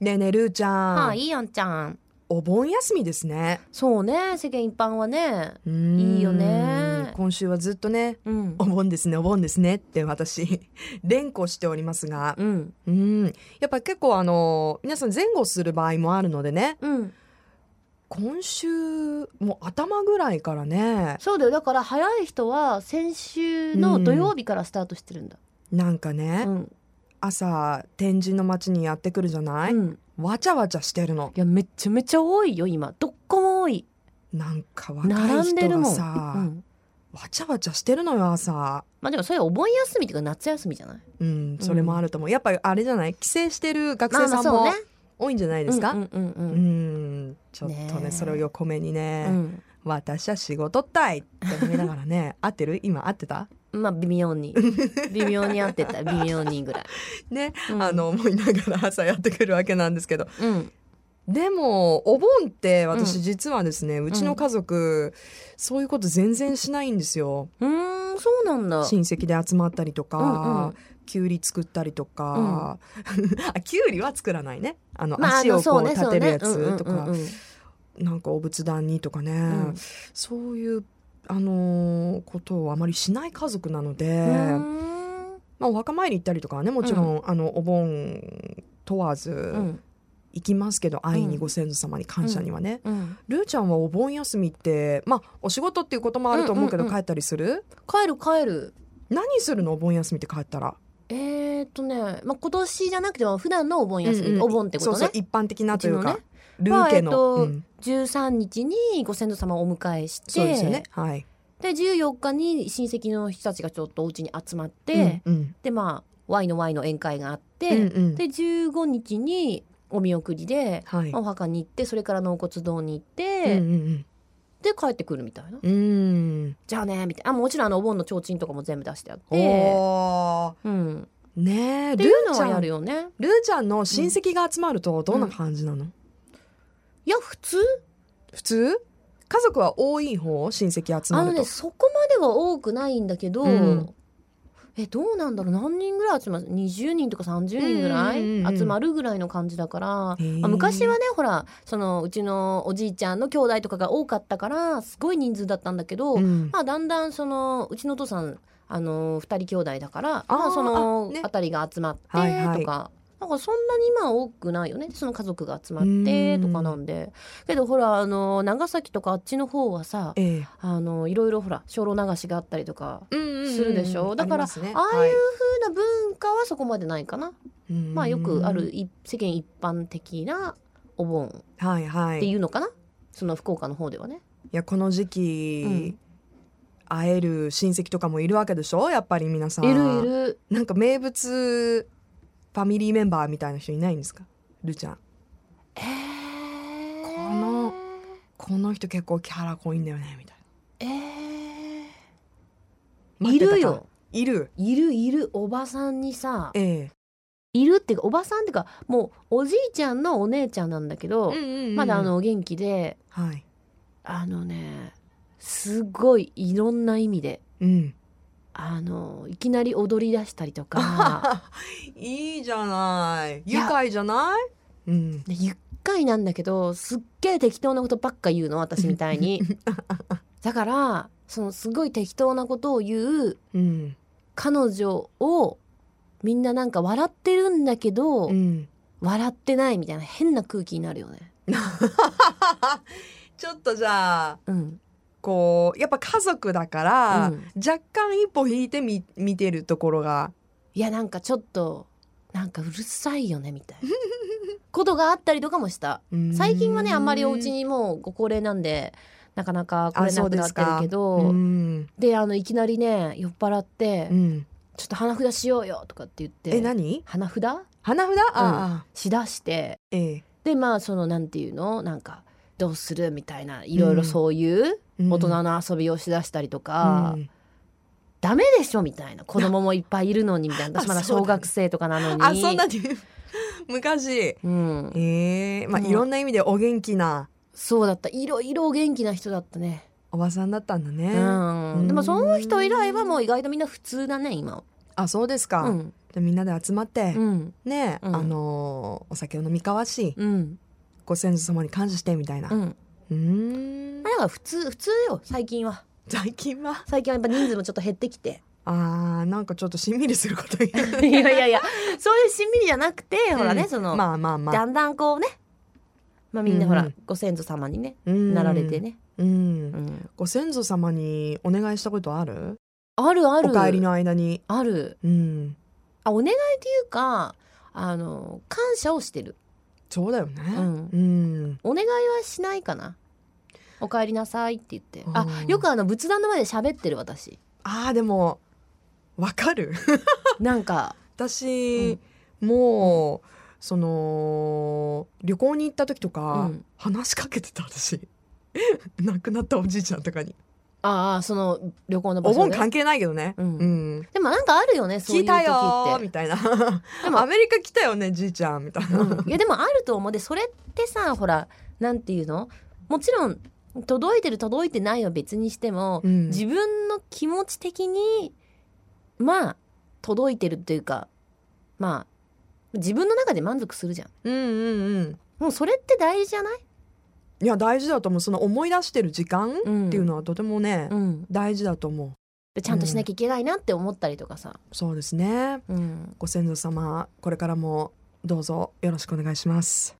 ねえねえるーちゃん、はい、いいやんちゃん。お盆休みですねそうね、世間一般はね。うーんいいよね今週はずっとねうんお。盆ですねお盆ですね って私連呼しておりますがうん。うんやっぱ結構あの皆さん前後する場合もあるのでねうん。今週もう頭ぐらいからねそうだよ。だから早い人は先週の土曜日からスタートしてるんだ。なんかうね、ん。朝天神の町にやってくるじゃない、うん。わちゃわちゃしてるのいや、めちゃめちゃ多いよ、今。どっこも多い。なんか若い並んで人るがもん。さ、うん。わちゃわちゃしてるのよ朝まあでもそれお盆休みっていうか夏休みじゃないうんそれもあると思う、やっぱりあれじゃない帰省してる学ま生あまさあんそもうね。多いんじゃないですか、うんうんううんんちょっとねねえそれを横目にうね、ん。私は仕事ったいって思いながら ね合ってる今合ってたうん。まあ微 妙に。微妙に合ってた。微妙にぐらい。ね、うんあの思いながら朝やってくるわけなんですけどうん。でもお盆ってう私ん実はですね、うちの家族、そういうこと全然しないんですようーん、そうなんだ。親戚で集まったりとか、うんうんきゅうり作ったりとか、 あきゅうりは作らないねあの、まああ足をのこそううね立そうてるねやつとか、うんうんうんうんなんかお仏壇にとかね、うんそういう、あのーことをあまりしない家族なので、うーんまあ、お墓参り行ったりとかはねもちろん、あのお盆問わうずん行きますけど、愛にうんご先祖様に感謝にはね、うんルーちゃんはお盆休みってまあお仕事っていうこともあると思うけど、うんうんう帰ったりする帰る帰る何するのお盆休みって帰ったらえーっとね、まあ、今年じゃなくても普段のお盆休み、うんうんお盆ってことねそうそう一般的なというかうちルー家の、まあえっとうん13日にご先祖様をお迎えしてそうですよねはいで14日に親戚の人たちがちょっとお家に集まって、うんうんでまあ Y の Y の宴会があっうて、んうんで15日にお見送りで、はいまあお墓に行ってそれから納骨堂に行って、うんうんで帰ってくるみたいな、うんうんじゃあねみたいなあもちろんあのお盆の提灯とかも全部出してあっおて、ーうん、ねえってルいうーのちはゃやんるルよね。ーちゃんの親戚が集まるとどんな感じなの、いや普通普通家族は多い方親戚集まあるのとねそこまでは多くないんだけど、うんえどうなんだろう何人ぐらい集まる20人とか30人ぐらうんうんうんうんい集まるぐらいの感じだから、まへえあ昔はねほらそのうちのおじいちゃんの兄弟とかが多かったからすごい人数だったんだけど、うんまあ、だんだんそのうちのお父さんあの2人兄弟だからあーまあ、そのあね辺りが集まってとか。はいはいなんかそんなに今は多くないよねその家族が集まってとかなんでけどほらあの長崎とかあっちの方はさええあのいろいろほら精霊流しがあったりとかうんうんうんするでしょ、だからありますねあいう風な文化はそこまでないかな、まあよくある、い世間一般的なお盆っはいはいていいうのかな、その福岡の方ではね。やこの時期、うん会える親戚とかもいるわけでしょやっぱり皆さんいるいるなんか名物ファミリーメンバーみたいな人いないんですかるちゃんえーこのこの人結構キャラ濃いんだよねみたいえーない待ってたからるよいるいるいるおばさんにさええいるっていうかおばさんっていうかもうおじいちゃんのお姉ちゃんなんだけど、まだあのお元気ではいあのねすごいいろんな意味でうんあのいきなり踊り出したりとか いいじゃないいや愉快じゃないうんでゆっかいなんだけどすっげえ適当なことばっか言うの私みたい にだからそのすごい適当なことを言ううん彼女をみんななんか笑ってるんだけど、うん笑ってないみたいな変な空気になるよね。 ちょっとじゃあうん、こうやっぱ家族だから、うん若干一歩引いてみ見てるところがいやなんかちょっとなんかうるさいよねみたい なことがあったりとかもした。最近はねあんまりお家にもうご高齢なんでなかなか来れなくなってるけうーどんであのいきなりね酔っ払ってうん「ちょっと花札しようよ」とかって言っえて何花札花札、ああしだしてえでまあそのなんていうのなんかどうするみたいないろいろそういうえ大人のの遊びをしだしたりとか「ダメでしょ」みたいな子供もいっぱいいるのにみたい なあ私まだそうだ小学生とかなのに。あそんなに 昔うんえ、えまあうんいろんな意味でお元気なそうだったいろいろお元気な人だったね、おばさんだったんだね、うんでもその人以来はもう意外とみんな普通だね今はあそうですか、うんでみんなで集まって、うんね、うんあのーお酒を飲み交わし、うんご先祖様に感謝してみたいな。ううんーん。まあだから普通普通よ最近は最近は、最近はやっぱ人数もちょっと減ってきてあー、なんかちょっとしんみりすること言う いやいやいやそういうしんみりじゃなくてほらねうんその、まあまあまだあ。んだんこうねまあみんなほら、うんうんご先祖様にねうんなられて。ね、うんう。んご先祖様にお願いしたことあるあるあるお帰りの間に。あるうん。あお願いっていうかあの感謝をしてる、そうだよね。うんうん。お願いはしないかなお帰りなさいって言ってあうんよくあの仏壇の前で喋ってる 私あー、でも、わかる なんか、私、もう、その、旅行に行った時とうか、ん話しかけてた私 亡くなったおじいちゃんとかにああその旅行の場お所盆で関係ないけどね、うんうんでもなんかあるよねそうい聞うい時ってたよーみたいなでもアメリカ来たよねじいちゃんみたいな、うんいやでもあると思うでそれってさほらなんていうのもちろん届いてる届いてないは別にしても、うん自分の気持ち的にまあ届いてるというかまあ自分の中で満足するじゃんうんうんうんもうそれって大事じゃない、いや大事だと思うその思い出してる時間っうん、ていうのはとてもね、うん、大事だと思うでちゃんとしなきゃいけないなって思ったりとかさ、そうですねうん、ご先祖様これからもどうぞよろしくお願いします